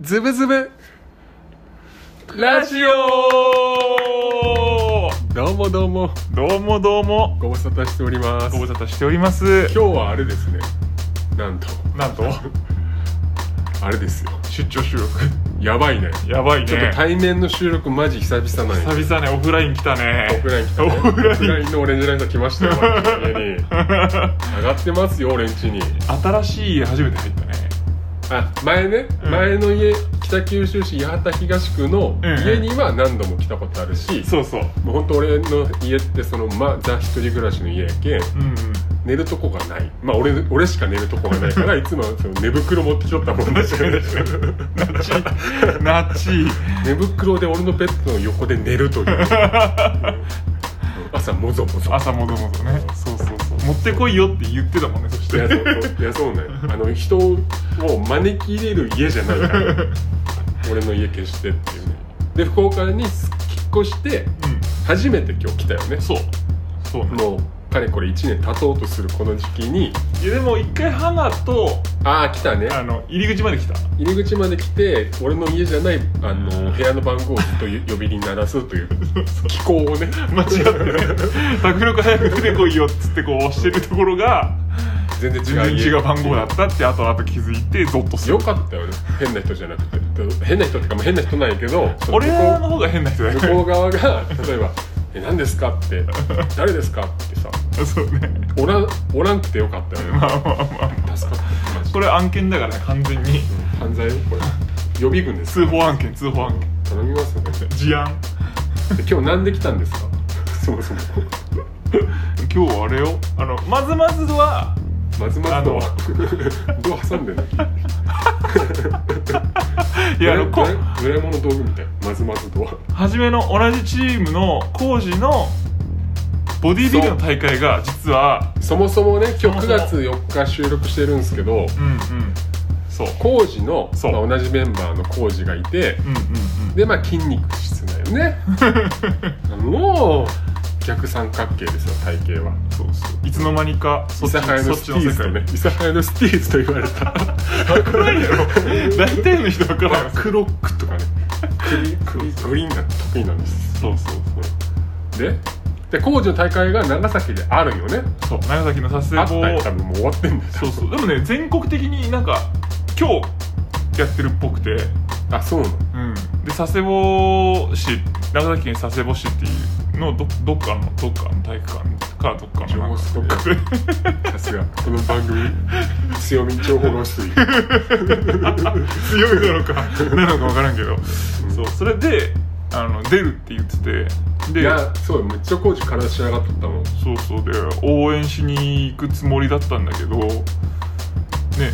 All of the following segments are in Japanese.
ズブズブラジオどうもどうもどうもどうもご無沙汰しておりますご無今沙汰しております日はあれですねなんとなんとあれですよ出張収録やばいねやばいねちょっと対面の収録マジ久々なんよ久々ねオフライン来たねオフライン来たねオフラインオフラインのオレンジラインさん来ま したよ俺の家に上がってますよ俺ん家に新しい家初めて入ったねあ前ね、うん前の家北九州市八幡東区のうん家には何度も来たことあるし、そうそうもうほんと俺の家ってその、ま、ザ一人暮らしの家やけんうんうん寝るとこがないまあ俺俺しか寝るとこがないから いつもその寝袋持ってきとったもんだしナッチーナッチー寝袋で俺のベッドの横で寝るといううん朝もぞもぞ朝もぞもぞねそうそうそう持ってこいよって言ってたもんねそしいてやそうそういやそうねあの人を招き入れる家じゃないから俺の家消してっていうねで福岡に引っ越してう初めて今日来たよねんそうそうねもうかれこれ1年経とうとするこの時期にいやでも一回花とああ来たねあの入り口まで来た入り口まで来て俺の家じゃないあの部屋の番号をずっとゆ呼びに鳴らすという気候をね間違ってね拓郎君早く出てこいよっつってこう押してるところが全然違う全然家違う番号だったってあとあと気づいてゾッとするよかったよね変な人じゃなくて変な人ってかまあ変な人なんやけどその俺向らこの方が変な人だうよ向こう側が例えば「え何ですか?」っ て「誰ですか?」ってさそうねおらんおらんくてよかったよねまあまあまあ助かったマジでこれ案件だからね完全に犯罪よこれ予備軍です通報案件通報案件頼みますよね事案で今日なんで来たんですか そもそも今日はあれよあのまずまずはまずまずと あどう挟んでんのいやあのこドラえもんの道具みたいなまずまずとは初めの同じチームの工事のボディービルの大会が実はそもそもね今日そもそ9も月4日収録してるんですけどうんうんそう工事の、そうまあ、同じメンバーの工事がいてうんうんうんでまあ筋肉質だよね もう逆三角形ですよ体型はそうそういつの間にかそ諫っち早そのっスちティのー世ズと界ね諫早のスティーズと言われた暗いやろ大体の人分からバないックロックとかね首首グリーンが得意なんですそうそうでで工事の大会が長崎であるよねそうそう長崎の佐世あっ保たよ多分もう終わってんだよそうそうでもね全国的になんか今日やってるっぽくてあそうなのうんで佐世保市長崎県佐世保市っていうのどどっかのどっかの体育館かどっかの情報ストックでさすがこの番組強み情報が薄い強いなのかなのか分からんけど、そうそれであの出るって言って ていでやそうめっちゃ工事体仕上がっとったもんそうそうで応援しに行くつもりだったんだけどねね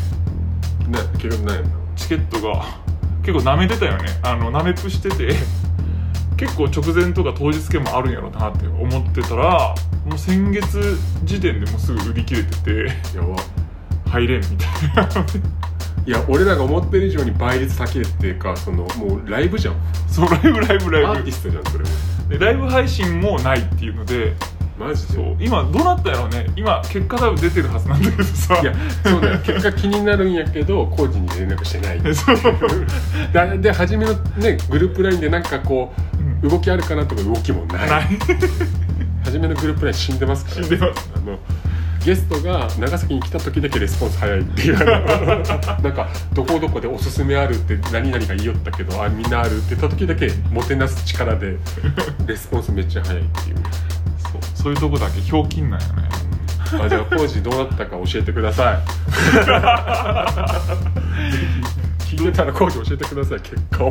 結局ないのチケットが結構舐めてたよねあの舐めプしてて結構直前とか当日券もあるんやろうなって思ってたらもう先月時点でもうすぐ売り切れててやば入れんみたいない や俺らが思ってる以上に倍率高いっていうかそのもうライブじゃんそうライブライブアライーティストじゃんそれもブでライブ配信もないっていうのでマジでそう今どうなったんやろうね今結果多分出てるはずなんだけどさいやそう だよ結果気になるんやけど工事に連絡して ないそうでで初めのねグループラインでなんかこうんう動きあるかなとか動きもないない初めのグループライン死んでますから、死んでますあのゲストが長崎に来た時だけレスポンス早いっていうあのなんかどこどこでおすすめあるって何々が言いよったけどあみんなあるって言った時だけもてなす力でレスポンスめっちゃ早いっていうそうそういうとこだけひょうきんなんよねあじゃあ工事どうなったか教えてくだ さい聞いてたら工事教えてください結果を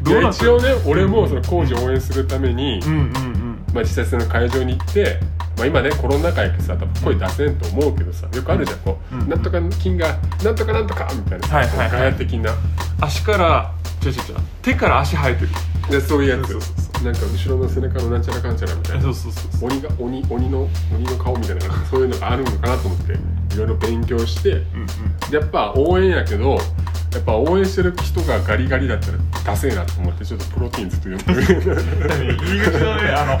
いどうやなった一応ね俺もその工事応援するために、うんうんうんまあ、実際その会場に行って、まあ、今ねコロナ禍やけどさ多分声出せんと思うけどさよくあるじゃんこう、うんなんとか金がなんとかなんとかみたいなさ、はいはいはいこうガヤ的な足から違う違う違う手から足生えてるでそういうやつそうそうなんか後ろの背中のなんちゃらかんちゃらみたいなそうそうそうそう鬼が鬼鬼の鬼の顔みたいななんかそういうのがあるのかなと思っていろいろ勉強してうんうんやっぱ応援やけどやっぱ応援してる人がガリガリだったらダセえなと思ってちょっとプロテインずっと読 んでる入り口のねあの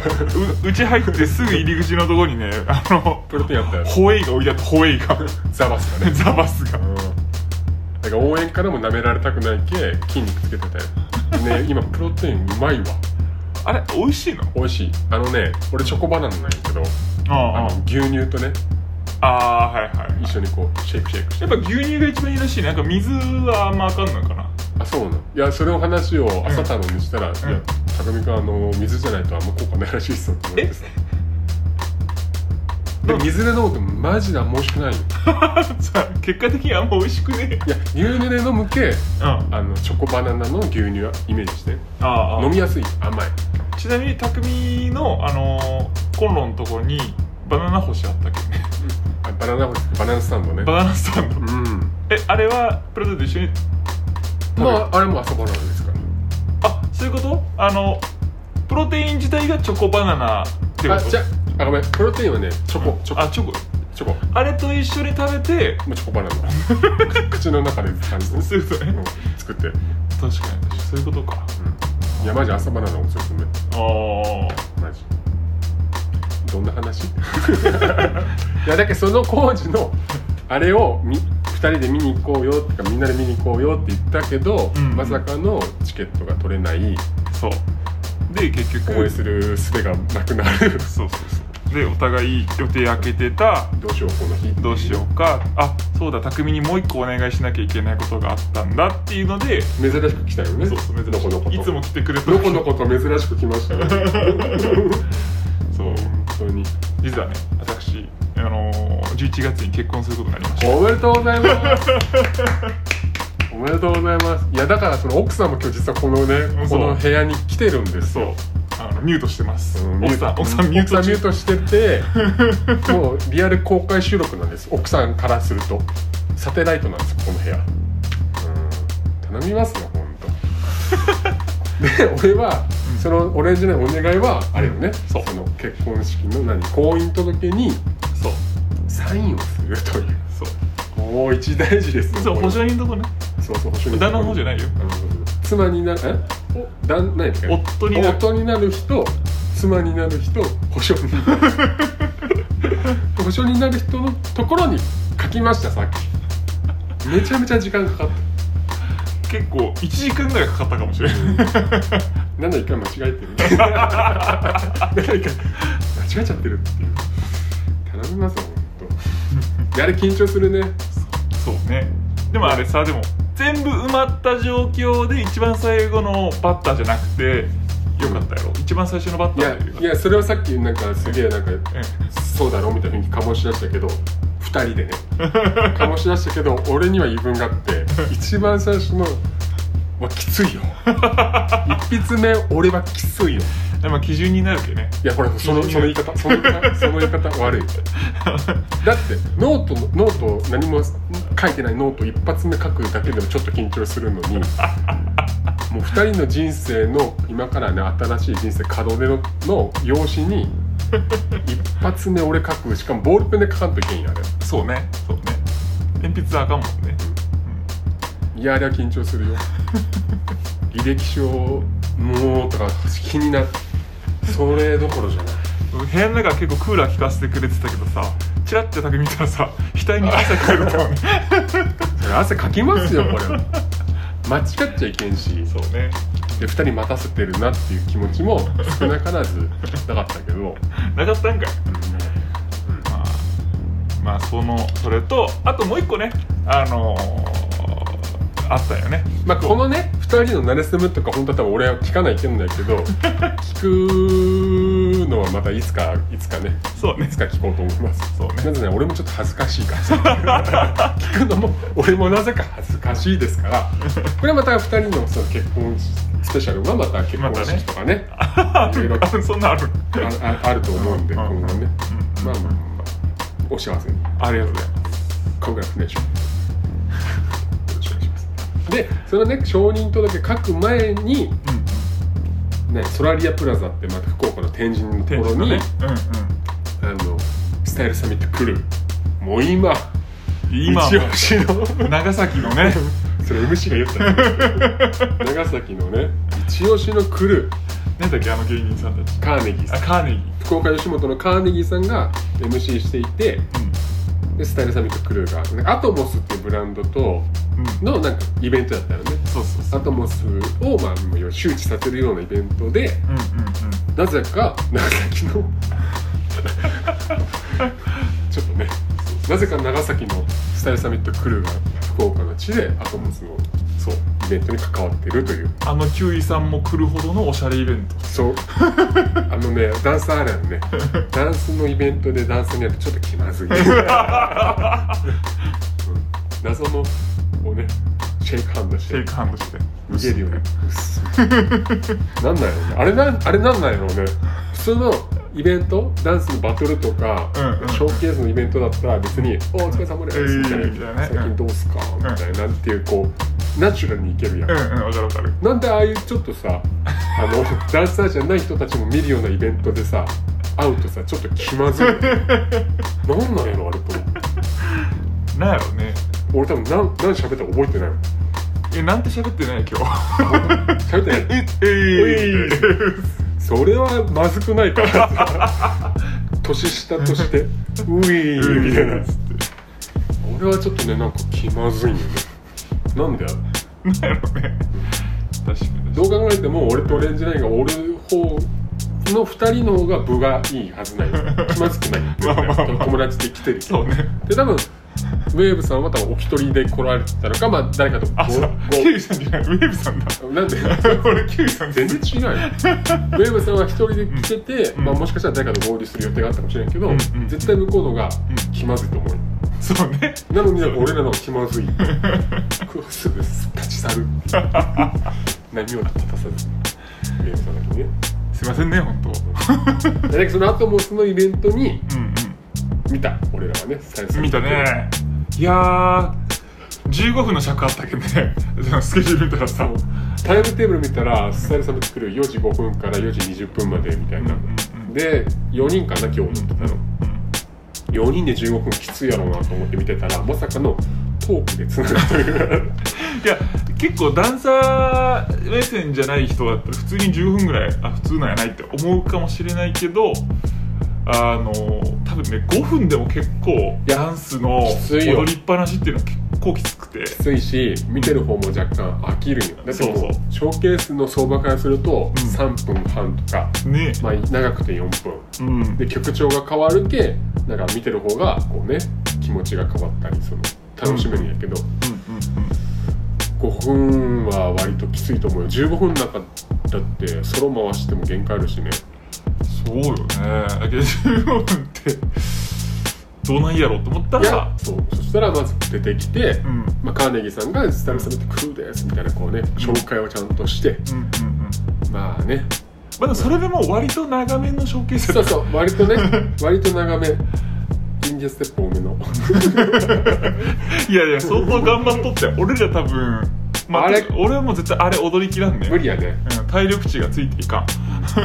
ううち入ってすぐ入り口のとこにねあのプロテインあったらホエイが置いてあったホエイがザバスかねザバスがうんだからか応援からも舐められたくないけ筋肉つけてたよね今プロテインうまいわあれ美味しいの美味しいあのね俺チョコバナナなんやけどああの牛乳とねあああはいはい一緒にこうシェイクシェイクしてやっぱ牛乳が一番いいらしいねなんか水はあんまあかんのかな あそうなのいやそれを話を朝太郎にしたら「いんや匠君あの水じゃないとあんま効果ないらしいっすよ」って言われてさでなんで水で飲むとマジであんま美味しくないよじゃあ結果的にあんま美味しくねいや牛乳で飲むけえうんああのチョコバナナの牛乳をイメージしてあ飲みやすい甘いちなみに匠のあのー、コンロのところにバナナ星あったっけねあバナナバナナスタンドねバナナスタンドうんえあれはプロテインと一緒にまああれも朝バナナですからあそういうことあのプロテイン自体がチョコバナナってこあとじゃああごめんプロテインはねチョコ、チョあコチョコチョコもあれと一緒に食べてうチョコバナナ 口の中で感じてそういうことね作って、うん、確かにそういうことかいやマジ朝バナナおすすめああマジどんな話 いやだけどその工事のあれをみ2人で見に行こうよってかみんなで見に行こうよって言ったけど、うんうんまさかのチケットが取れないそうで結局応援する術がなくなるそうそうそうでお互い予定開けてたどうしようこの日どうしようかあそうだ匠にもう一個お願いしなきゃいけないことがあったんだっていうので珍しく来たよねそうそう珍しいどこどこといつも来てくれたどこのこと珍しく来ま したねそう本当に実はね私あのー、11月に結婚することになりましたおめでとうございますおめでとうございますいやだからその奥さんも今日実はこのねそこうの部屋に来てるんですそようあのミュートしてます、うん奥さん奥さんミュート奥さんミュ中ートしててもうリアル公開収録なんです奥さんからするとサテライトなんですよこの部屋うん頼みますよ本当 で俺はそのオレンジのお願いはあれよね、そうの結婚式の何婚姻届にそうサインをするというそうもう一大事ですよそうこれ保証人のとこねそうそう保証人旦那の方じゃないよあの妻になるえお旦何やったっけ夫になる夫になる人妻になる人保証 人になる人保証人になる人のところに書きましたさっきめちゃめちゃ時間かかっ結構1時間ぐらいかかったかもしれ ないたなんだ一回間違えて るなんだ一回間違えちゃってるっていう頼みますよ本当やれ緊張するねそうねでもあれさでも全部埋まった状況で一番最後のバッターじゃなくてよかったやろ一番最初のバッいタやーいやそれはさっきなんかすげえなんかそうだろみたいな雰囲気醸し出したけど2人でね 醸し出したけど俺には言い分があって一番最初のはきついよ一筆目俺はきついよでも基準になるけどねいやこれそのその言い方その言い方その言い方悪いだってノートノート何も書いてないノート一発目書くだけでもちょっと緊張するのにもう2人の人生の今からね新しい人生門出のの用紙に一発目俺書くしかもボールペンで書かんといけんやあれそうねそうね鉛筆はあかんもんね、いやあれは緊張するよ履歴書もうとか気になるそれどころじゃないうん部屋の中は結構クーラー効かせてくれてたけどさチラッてだけ見たらさ額に汗かいてたよねそれ汗かきますよこれ間違っちゃいけんし そうねで2人待たせてるなっていう気持ちも少なからずなかったけど、なかったんかいまあ、まあそのそれとあともう一個ねあのーあったよねまあこのね2人の慣れ初めとか本当は多分俺は聞かないけんだけど聞くのはまたいつかいつかねそうねいつか聞こうと思いますそうねなぜなら俺もちょっと恥ずかしいからさ聞くのも俺もなぜか恥ずかしいですからこれまた2人のその結婚スペシャルはまた結婚式とかね,、いろいろ あそんなんあるあああると思うんでうん今後ねうんまあまあまあまあお幸せにありがとうございますコングラフレーションよろしくお願いしますでそのね承認届書く前に、ね、ソラリアプラザってまた福岡の天神のとこ天ろ使に、のねあのスタイルサミット来るもう今うんうん今一押しの長崎の ねそれ MC が言 ったんだけど長崎のね一押しの来る何だっけあの芸人さんたちカーネギーさあんカーネギー福岡吉本のカーネギーさんが MC していてでスタイルサミットクルーがあるねアトモスっていうブランドとうんのなんかイベントだったよねそうそうそアうトモスをまあ周知させるようなイベントでうんうんうんなぜか長 崎のちょっとねなぜか長崎のスタイルサミットクルーが福岡の地でアトモスのそうイベントに関わってるというあのキュウイさんも来るほどのおしゃれイベントそう あのねダンスあるやんねダンスのイベントでダンスにやるとちょっと気ま ずい、うん謎のをねシェイクハンドしシェイてクハンドして逃げるよねうっす なんなんやろうねあれなんあれなんなんやろうね普通のイベントダンスのバトルとか、うんうんうんショーケースのイベントだったら別に「おお疲れ様です」みたいえーみたいなな「ね最近どうすか?」みたいなっていうこうナチュラルにいけるやんうんうんわかるわかるなんでああいうちょっとさあ のダンサーじゃない人たちも見るようなイベントでさ会うとさちょっと気まず いよねなんなんやろあれと思うなんやろうね俺多分何何喋ったか覚えてないもんえなんて喋ってない今日喋ってないええいそれはまずくないから さ年下として「うい」みたいなやつって俺はちょっとねなんか気まずいんだよねなんでやろなんやろうね確かにどう考えても俺とオレンジラインがおる方の2人の方が分がいいはずない気まずくない まあまあまあ友達で来てるしそうねで多分ウェーブさんは多分お一人で来られてたのかまあ誰かとあそうキュウイさんじゃないウェーブさんだごなんで俺キュウイさん全然違うよウェーブさんは一人で来てて、んまあ、もしかしたら誰かと合流する予定があったかもしれないけど、んうん絶対向こうのがん気まずいと思うよ、そうねなのになんか俺らの方が気まずいクロスです立ち 去る何を立たさずウェーブさんだけねすいませんね本当でなんかそのアトモスのイベントにうん見た俺らはね最うん見たねいやー15分の尺あったけどねスケジュール見たらさタイムテーブル見たらスタイルサム作る4時5分から4時20分までみたいな、うんうんうんで4人かな今日乗ってたの4人で15分きついやろうなと思って見てたらまさかのトークでつながるといういや結構ダンサー目線じゃない人だったら普通に10分ぐらいあ普通なんやないって思うかもしれないけどあの多分ね5分でも結構いやダンスのきついよ踊りっぱなしっていうのは結構きつくてきついし見てる方も若干飽きるんよだってもうそうそうショーケースの相場からするとうん3分半とか、ねまあ、長くて4分うんで曲調が変わるけなんか見てる方がこうね気持ちが変わったりその楽しめるんやけど、5分は割ときついと思うよ15分なんかだってソロ回しても限界あるしねそうよね だけど15分ってどうなんやろうと思ったいやらそうそしたらまず出てきて、うんうんまあ、カーネギーさんが「スタイルサミットクルーです」みたいなこうね紹介をちゃんとして、うんうんまあねまあでもそれでもう割と長めのショーケースそだうったそう割 とね割と長め忍者ステップ多めの いやいや相当頑張っとって俺ら多分、まあ、あれてか俺はもう絶対あれ踊りきらんね無理やねうん、体力値がついていかん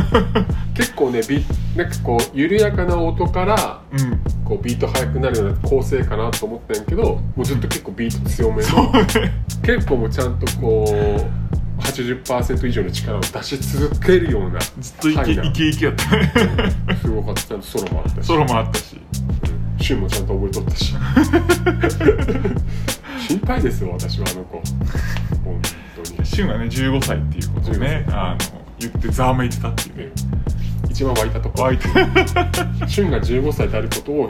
結構ねビなんかこう緩やかな音からうんこうビート速くなるような構成かなと思ったんやけどもうずっと結構ビート強めの結構もうちゃんとこう80%以上の力を出し続けるようなずっとイケはいなイケイケやったねすごかったちゃんとソロもあったしソロもあったしシュンもちゃんと覚えとったし心配ですよ私はあの子本当にシュンはね15歳っていうことをね15歳あの言ってざわめいてたっていうねね一番湧いたとこ湧いてシュンが15歳であることを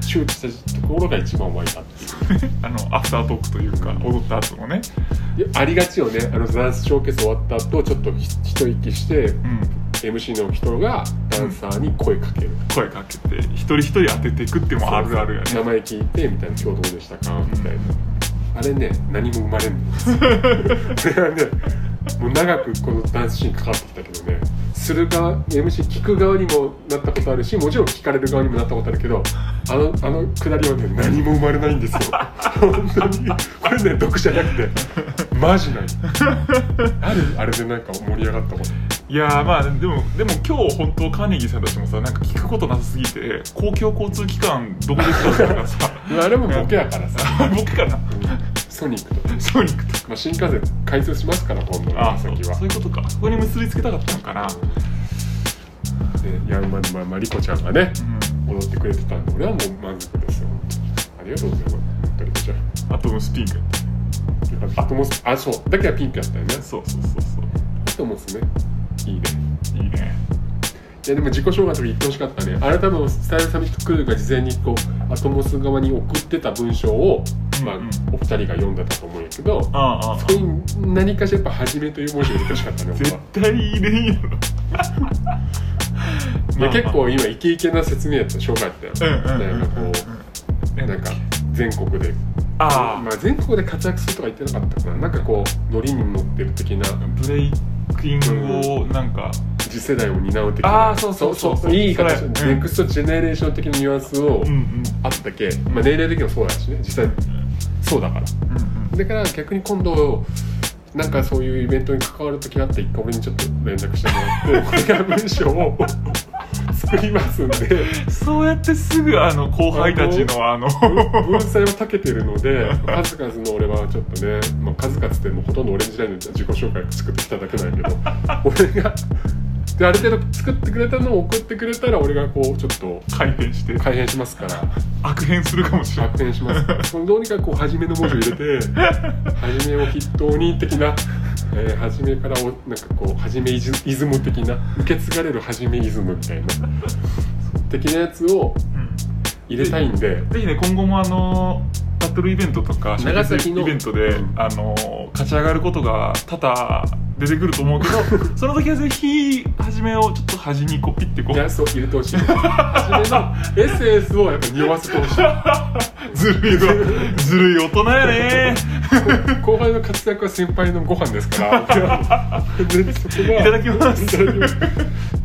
周知したところが一番湧いたっていう あのアフタートークというか踊った後もねいやありがちよねあのダンスショーケース終わった後ちょっとひ一息してうん MC の人がダンサーに声かける、声かけて一人一人当てていくっていうのもあるあるやね名前聞いてみたいな今日どうでしたかみたいな、あれね何も生まれ んのこれはねもう長くこのダンスシーンかかってきたけどねする側 MC 聞く側にもなったことあるしもちろん聞かれる側にもなったことあるけどあのあのくだりはね何も生まれないん ですよ本当にこれね読者じゃなくてマジないあるあれでなんか盛り上がったこといやーまあでもでも今日本当カーネギーさんたちもさなんか聞くことなさすぎて公共交通機関どこで使うかとかさ あれもボケやからさ 僕かなソニックとか、ソニックとまあ、新幹線開通しますから今度のかあそう先はそういうことかそこに結びつけたかったのかな、でヤンマンマンマリコちゃんがねうん踊ってくれてたんで俺はもう満足ですよりがとうございます本当にじゃアトムスピンクやったあアトモスあそうだけはピンクやったよねそうそうそうそアトモスねいいねういいねいやでも自己紹介の時言ってほしかったねあなたのスタイルサミットクールが事前にこうアトモス側に送ってた文章を、まあうんうんお二人が読んでたと思うんやけどああああそこに何かしらやっぱ「はじめ」という文字を入れてほしかったね僕絶は対入れんやろ いや結構今イケイケな説明やった紹介やったよ、うんうんうんうんなんかこうなんか全国であまあ、全国で活躍するとか言ってなかったかななんかこうノリに乗ってる的なあブレイキングをなんか次世代を担う的なあーそうそうそうそういい形それネクストジェネレーション的なニュアンスを、うんうんあったけ、まあ、年齢的にもそうだしね実際そうだからうんうんだから逆に今度なんかそういうイベントに関わる時があって一回俺にちょっと連絡してもらってこれから文章を 作りますんでそうやってすぐあの後輩たちのあの文才は長けてるので数々の俺はちょっとね、まあ、数々ってもうほとんど俺時代の自己紹介作ってきただけなんやけど俺がである程度作ってくれたのを送ってくれたら俺がこうちょっと改変して改変しますから。悪変するかもしれない発展しますどうにかこう初めの文字を入れて初めを筆頭に的な、えー初めからおなんかこう初めイズイズム的な受け継がれる初めイズムみたいな的なやつを入れたいんでぜひね今後もあのバトルイベントとか長崎のイベントで、うんあの勝ち上がることが多々出てくると思うけどその時はぜひ初めをちょっと端にこうピッてこイラうストを入れてほしい初めのエッセンスをやっぱ匂わせてほしいずるいわずるい大人やね後輩の活躍は先輩のご飯です から全然そこがいただきますいただきます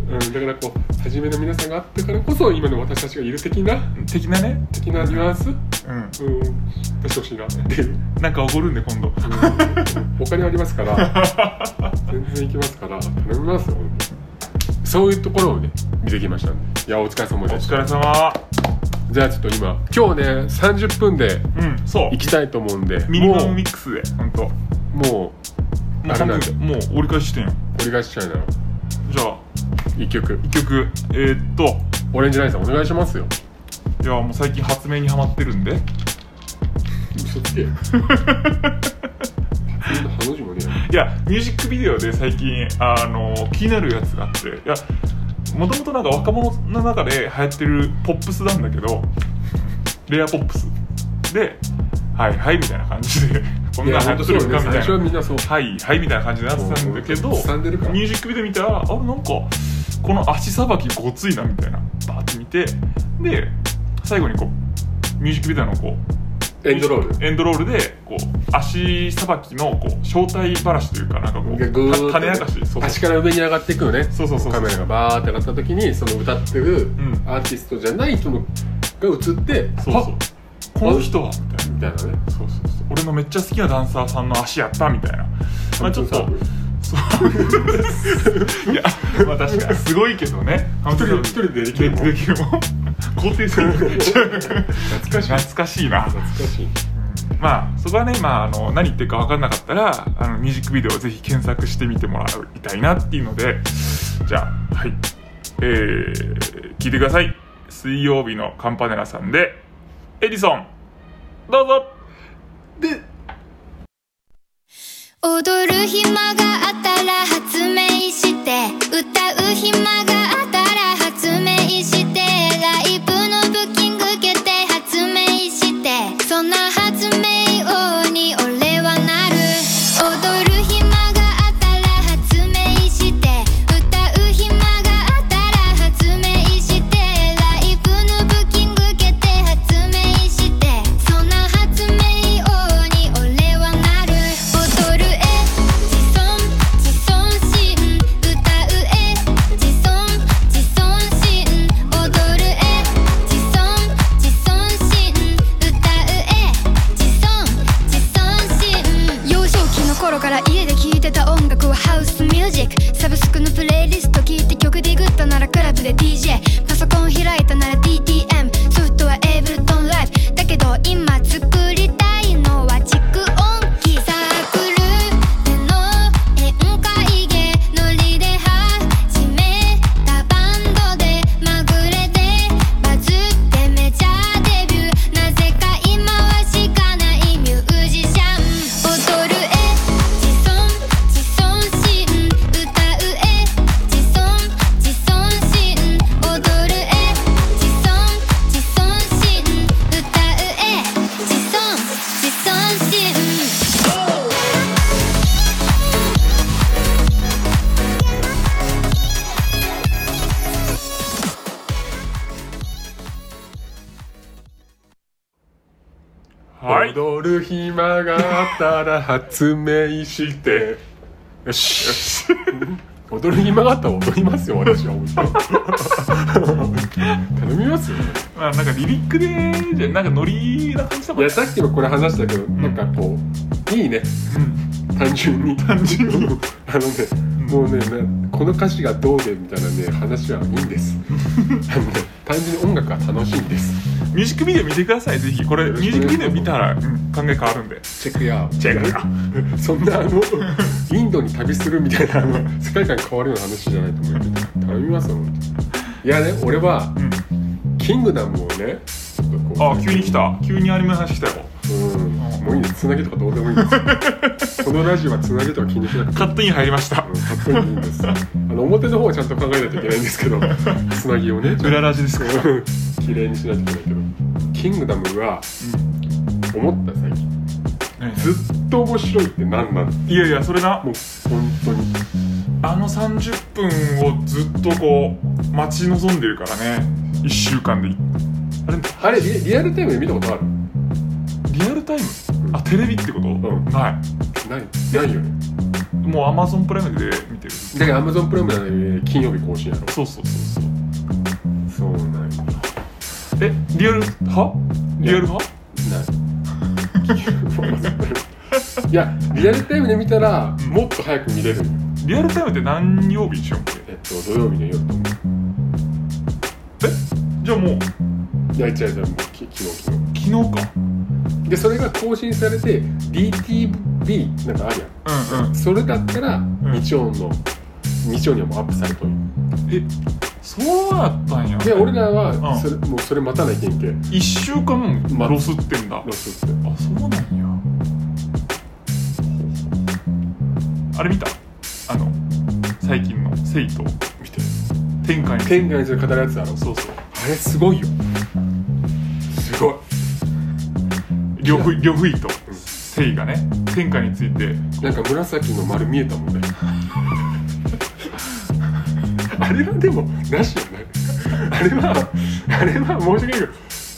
うん、だからこう初めの皆さんがあってからこそ今の私たちがいる的な的なね的なニュアンスうんうん、出してほしいなっていう、なんか怒るんで今度お金ありますから、全然行きますから、頼みますよ、本当にそういうところをね、見てきましたんで、いや、お疲れ様おでし疲た。れ様じゃあ、ちょっと今、今日ね、30分でうんそう行きたいと思うんで、ミニマもムミックスで本当もう、もうあれ半なんだ分もう折り返ししてんよう折り返しちゃうなら、じゃあ一曲、一曲えー、っとオレンジラインさん、お願いしますよ。いやもう最近発明にハマってるんで嘘つけ。ハの字もねいやミュージックビデオで最近あの気になるやつがあっていやもともとなんか若者の中で流行ってるポップスなんだけどレアポップスで「はいはい」みたいな感じで 「こんいなや、ん流行本っ当てそうるよか」ね、み最た初いはなみんなそう。 「はいはい」みたいな感じでなってたんだけどもうミもうもうュもうもうージックビデオ見たらあれなんかこの足さばきごついなみたいなバーって見てで最後にこうミュージックビデオのこ うエンドロール。エンドロールでこう足さばきのこう正体話というかなんかこうぐーっとねた種明かしそうそう足から上に上がっていくよねそうそうそうそうカメラがバーって上がった時にその歌ってるんアーティストじゃない人のが映ってそうそうこの人はみたいなみたいなねそうそうそう俺のめっちゃ好きなダンサーさんの足やったみたいなまあちょっとそういやまあ確かにすごいけどね一人一人でできるもんできるもん 肯定する懐かしい懐懐かしいなかしいまあそこはね、まあ、あの何言ってるか分かんなかったらあのミュージックビデオをぜひ検索してみてもらいたいなっていうのでじゃあはいえー、聞いてください水曜日のカンパネラさんでエディソンどうぞで踊る暇があったら発明して歌う暇があったら発明してライブのブッキング受けて発明してそんな発明王に俺はなる踊る暇があったら発明して歌う暇があったら発明してライブのブッキング受けて発明してそんな発明王に俺はなる踊るエジソンジソン踊る暇があったら発明してよしよし踊る暇があったら踊りますよ私は頼みますよ まあなんかリリックでじゃなんかノリな感じだもいんやねさっきもこれ話したけど、なんかこういいね単純に単純に あのね、もうねなこの歌詞がどうでみたいなね話はいいんです あのね単純に音楽が楽しいんですミュージックビデオ見てくださいぜひこれよろミュしーくジおッ願クいしますビデオ見たら、考え変わるんでチェックやチェック やそんなあのインドに旅するみたいなあの世界観変わるような話じゃないと思うけど頼みますよ本当にいやね俺はうんキングダムをねちょっとこあ急に来た急にアニメの話来たよううんもういいですつなげとかどうでもいいんです よこのラジオはつなげとか気にしなくて勝手に入りましたうんかっこいいんですあの表の方はちゃんと考えないといけないんですけどつなぎをねちゃんと裏ラジですからうん綺麗にしないといけないけど「キングダム」は思った最近ずっと面白いって何なんいやいやそれなもう本当にあの30分をずっとこう待ち望んでるからね1週間であれあれリリアルタイムで見たことあるリアルタイムあテレビってこと、んはないないよねいもうアマゾンプライムで見てるだからアマゾンプライムなのに金曜日更新やろそうそうそうそうそうないなえリアル派リアル派 いいやリアルタイムで見たらもっと早く見れるリアルタイムって何曜日にしようっけえっと土曜日の夜と思えじゃあもうういや違う違うもうき昨日昨日昨日かうんうんでそれが更新されて DTV なんかあるやんそれだったら日曜の、日曜にはもうアップされとるえそうだったんやで俺らはうんそれ、もうそれ待たないけんけ1週間まロスってんだ、ロスってあそうなんやあれ見たあの最近の「生徒見て天下に天外にそれ語るやつだろそうそうあれすごいよすごい呂不呂不韋と聖がね天下についてなんか紫の丸見えたもんねあれはでもなしじゃないあれはあれは申し訳ないけど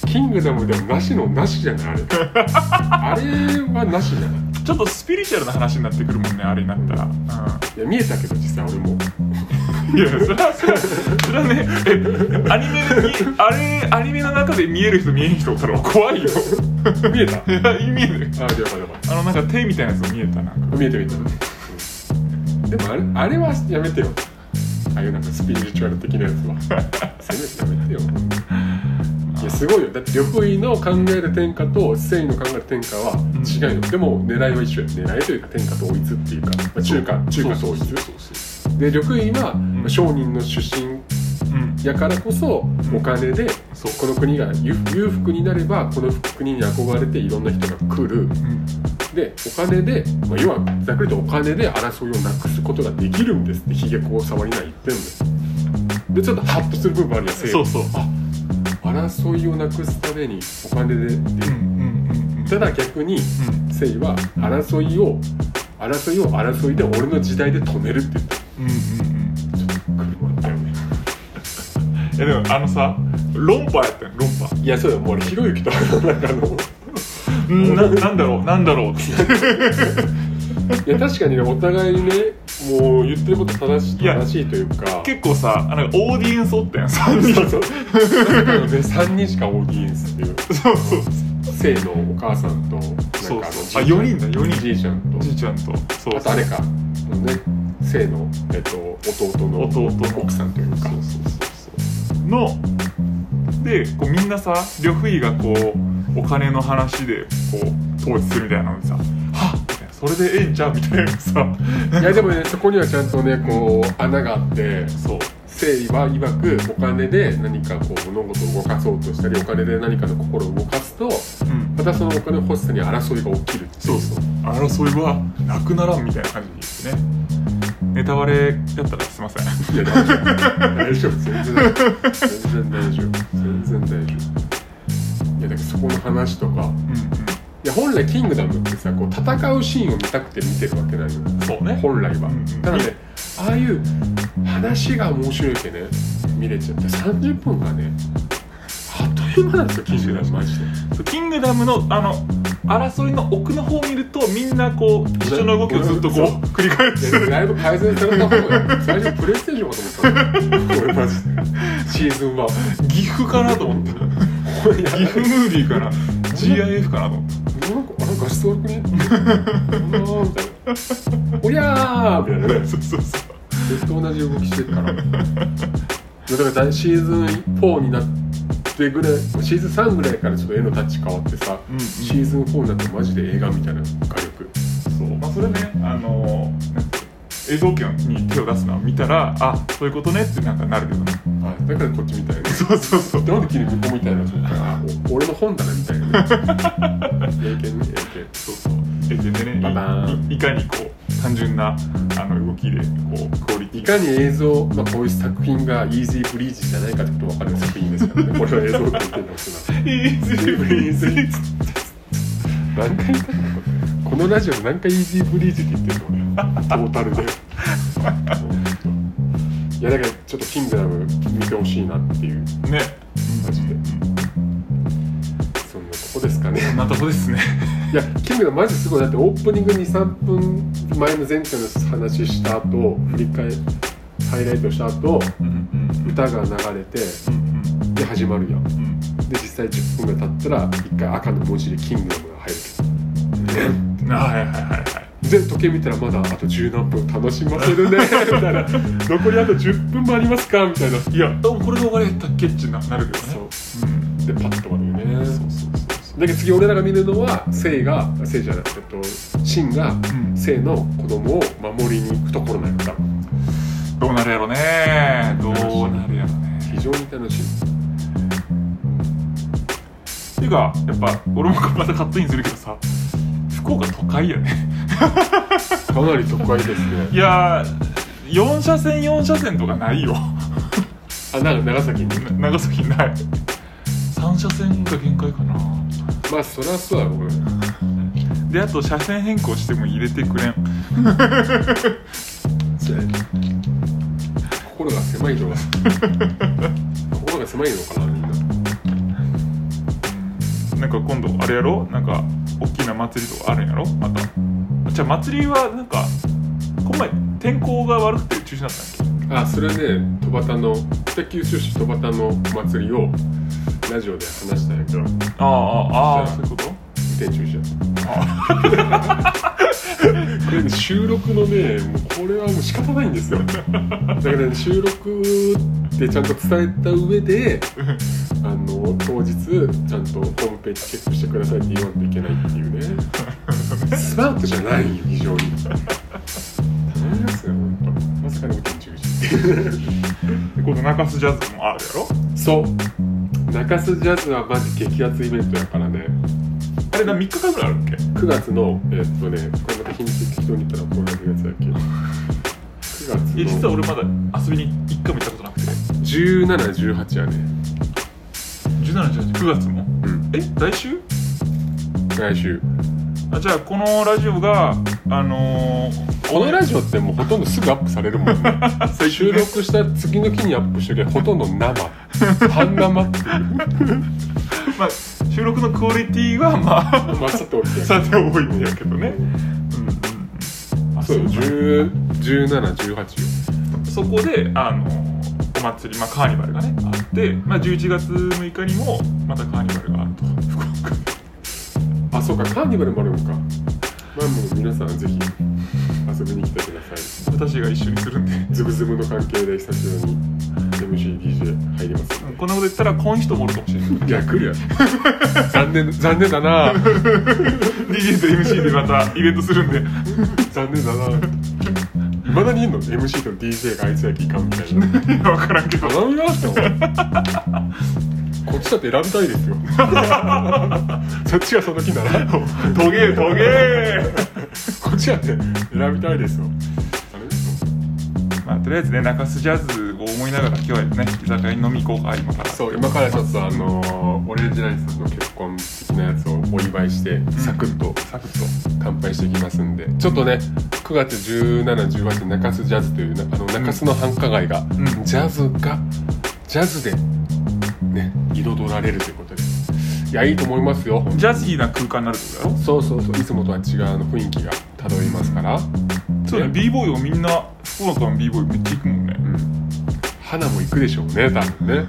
キングダムでもなしのなしじゃないあれあれはなしじゃないちょっとスピリチュアルな話になってくるもんねあれになったら、ういや見えたけど実際俺もん、いやそれはそれはそれはねえアニメのにあれアニメの中で見える人見えん人おったら怖いよ見えたいや見えるあ、了解了解あのなんか手みたいなやつ見えたなんか見えて見えてでもあれあれはやめてよああいうなんかスピリチュアル的なやつはせめてやめてよ いやすごいよだって呂不韋の考える天下と征夷の考える天下は違うよ、でも狙いは一緒や狙いというか天下統一っていうか、まあ、中華中華統一で呂不韋は、ん商人の出身うんやからこそお金で、そうこの国が裕裕福になればこの国に憧れていろんな人が来る、うんでお金で、まあ、要はざっくりとお金で争いをなくすことができるんですってひげこう触りない言ってんのでちょっとハッとする部分もあるやん西洋そうそうあ争いをなくすためにお金でっていうんううんうんうんただ逆にうん西洋は争いを争いを争いで俺の時代で止めるって言ったうんうんうん車だよねいやでもあのさ論破やったよ論破いやそうだよもう俺ひろゆきとあのなんかあのうんななんだろうなんだろう っていや確かにねお互いねもう言ってること正しいいや正しいというか結構さあなんかオーディエンスおったやん3人そうそう。3人しかオーディエンスっていう。そうそう生のお母さんと、なんそうかそうあ四人だ四人じいちゃんと、じいちゃんとそうあとあれか、あのね、生の、えっと、弟の弟の奥さんというか。のでこうみんなさ呂不韋がこうお金の話でこう統治するみたいなのでさ「はっ!」みたいな「それでええんちゃう?」みたいなさいやでもね、そこにはちゃんとね、こう、穴があって、そう生は曰くお金で何かこう、物事を動かそうとしたり、お金で何かの心を動かすと、うんまたそのお金欲しさに争いが起きる。そうそう争いはなくならんみたいな感じですねネタバレやったらすいませ んいや、大丈夫。全然大丈夫。全然大丈夫。全然大丈夫。いや、だからそこの話とか。うんいや、本来キングダムってさ、こう戦うシーンを見たくて見てるわけなんよ。うんそうね本来はうんうん。なので、ああいう話が面白いけね、見れちゃって、30分がね、あっという間なんですよ、キングダムマジで。キングダムのあの争いの奥の方を見るとみんなこう一緒の動きをずっとこそうう繰り返すだいぶ改善された方が最初プレイステーションかと思 ったの俺マジでシーズンは岐阜かなと思った岐阜ムービーから GIF かなと思ったなんかあの画質悪くねうわーみたいなおりゃーみたいなね そうそうそうずっと同じ動きしてるからだからだシーズン4になってぐらいシーズン3ぐらいからちょっと絵のタッチ変わってさ、うんうんシーズン4になってマジで映画みたいな画力そう、まあ、それねあのーなんか映像権に手を出すのを見たらあそういうことねってなんかなるけどねはいだからこっちみたいなそうそうそうなんで急に向こうみたいな のったらあお俺の本だなみたいなね英検ね英そうそうえでねいババーンいいかにこう単純なあの動きでこうクオリテ検いィかに映像、まあ、こういう作品がイージーブリージじゃないかってことが分かる作品ですからねこれは映像って言ってるんだけイージーブリーズイーズどな何回言ったんだこれこのラジオで何回イージーブリージって言ってるの俺トータ ルでいやだからちょっと「キングダム」見てほしいなっていうねマジでそんなとこですかね こんなとこですねいや、キングダムマジすごい。だってオープニング2、3分前の前回の話した後、振り返ハイライトした後、うんうん歌が流れて、うんで、始まるやん。で、うん実際10分ぐらい経ったら、一回赤の文字でキングダムが入るうんあはいはいはいはいけど。で、時計見たらまだあと十何分楽しませる ね、みたいな。残りあと10分もありますかみたいな。いやでもこれで終わりだったっけってななるけどね、そうん、で、パッと終わるよね。そうそうそうそうだけど次俺らが見るのは、セイが、セイじゃなくて、えっと、シンが、んセイの子供を守りに行くところなんだ。どうなるやろねどうなるやろね非常に楽しい。っていうかやっぱ俺もこれまたカットインするけどさ福岡都会やねかなり都会ですね いやー4車線4車線とかないよ あなんか長崎にな長崎ない3車線が限界かなまあそりゃそうだろうねであと車線変更しても入れてくれん心が狭いの が心が狭いのかなみんななんか今度あれやろなんか大きな祭りとかあるんやろまたじゃあ祭りはなんかこの前天候が悪くて中止になったんやっあそれね戸端の北九州市戸端の祭りをラジオで話したんやけどけああああそそうういうこと運転中止だあこれね収録のねもうこれはもう仕方ないんですよだからね収録ってちゃんと伝えた上であの当日ちゃんとホームページチェックしてくださいって言わないといけないっていうねスマートじゃないよ非常に頼みますよ本当まさかの緊急あで今度中洲ジャズもあるやろ時そう中洲ジャズはマジ激アツイベントやからねあれな3日間ぐらいあるっけ9月のえっとねこれまた日にち適当に言ったらこうなるやつだっけ9え月実のは俺まだ遊びに1回も行ったことなくて1718やね1719月もうんえ来週来週あじゃあこのラジオがあのー、このラジオってもうほとんどすぐアップされるもん ね最収録した次の日にアップしてるけどほとんど生半生っていう まあ、収録のクオリティはまあまあさておきやさて多いんやけどねうんうんあそうよなん1718よそこであのお祭り、まあ、カーニバルがねあって、まあ、11月6日にもまたカーニバルがあると福岡であそうかカーニバルもあるのかまあもう皆さんぜひ遊びに来てください私が一緒にするんでズブズブの関係で久しぶりに MCDJ 入りますうんこんなこと言ったらこういう人もおるかもしれないいや来るやん 残念残念だな DJ と MC でまたイベントするんで 残念だな未だにいんの MC と DJ があいつやきいかんみたいな分からんけど頼みましたよこっちだって選びたい ですよそっちがその気ならこトゲトゲっちだって選びたいですよあれですよまあとりあえずね中洲ジャズを思いながら今日はね居酒屋に飲み行こうか今からそう今からちょっとあのー、オレンジライスの結婚的なやつをお祝いしてサクッと、サクッと乾杯していきますんでちょっとね9月1718中洲ジャズというなあの中洲の繁華街が、んジャズがジャズでね彩られるということでいやいいと思いますよジャジーな空間になるってことだろそうそうそういつもとは違うあの雰囲気が漂いますから、そうだねね b ボーイをみんな福岡の b ボーイめっちゃ行くもんねうん、花も行くでしょうね多分 ね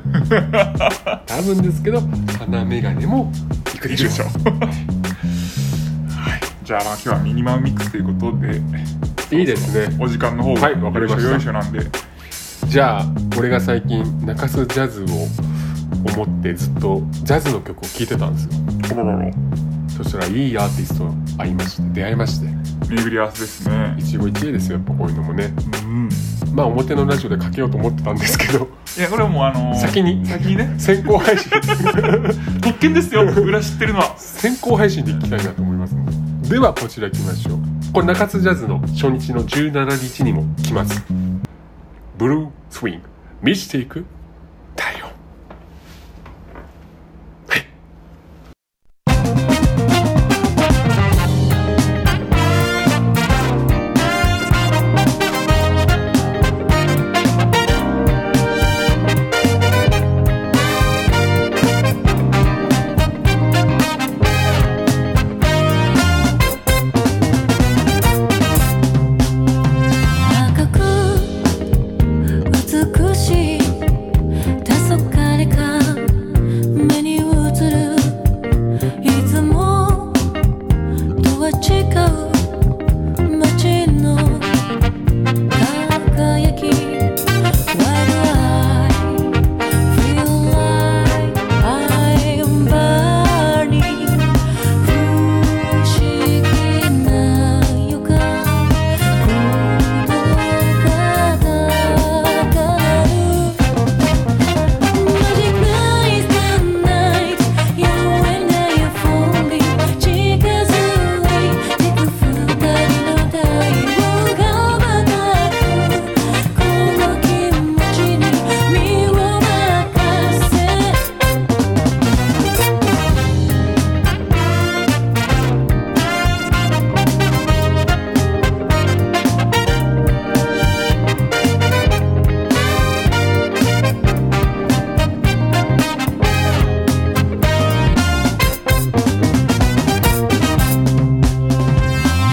多分ですけど花眼鏡も行くでしょう行くじゃあまあ今日はミニマムミックスということでいいですねお時間の方はいわかりましたよいしょよいしょなんでじゃあ俺が最近中洲ジャズを思ってずっとジャズの曲を聴いてたんですよそしたらいいアーティストに会いまして出会いまして巡り合わせですね一期一会ですよやっぱこういうのもねうんまあ表のラジオでかけようと思ってたんですけど いやこれはもうあのー先に先にね先行配信 特権ですよ裏知ってるのは先行配信でいきたいなと思いますのでではこちら行きましょうこれ中津ジャズの初日の17日にも来ますブルースウィング満ちていく太陽赤く美しい黄昏か目に映るいつもとは違う街の輝き Why do I feel like I'm burning 不思議な予感「心が高鳴る」「Magic nights and nights You and I are falling」「近づいてく二人の太陽がまたく」「この気持ちに身を任せ」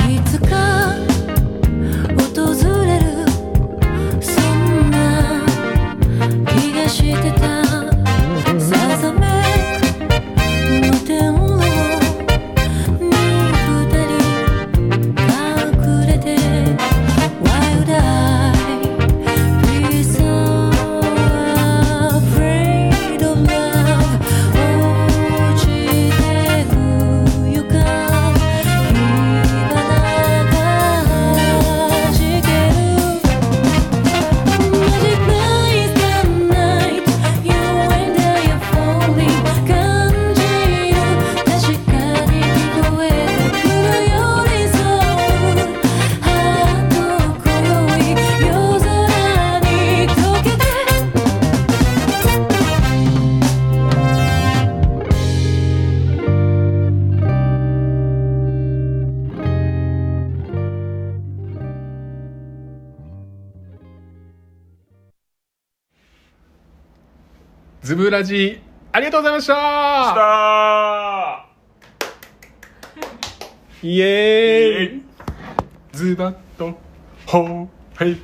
いつか訪れるそんな気がしてたさざめの天をに二人隠れて Why would I be so afraid of love 落ちてくゆか火花が弾ける Magic nights and night, you and I are falling. 感じる確かに聞こえてくるよりそう。ハート黒い夜空に溶けて。ズブラジありがとうございました来たーイエーイえいズバッとほーはい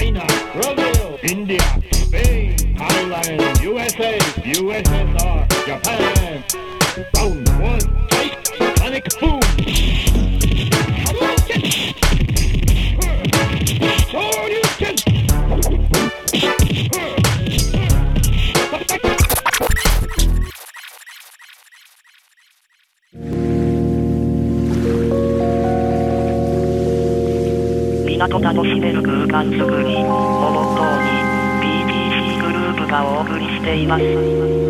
China, Brazil, India, Spain, Ireland, USA, USSR, Japan. Round one, fight, sonic boom. Hadouken! 「港楽しめる空間づくり」をモットーに BTC グループがお送りしています。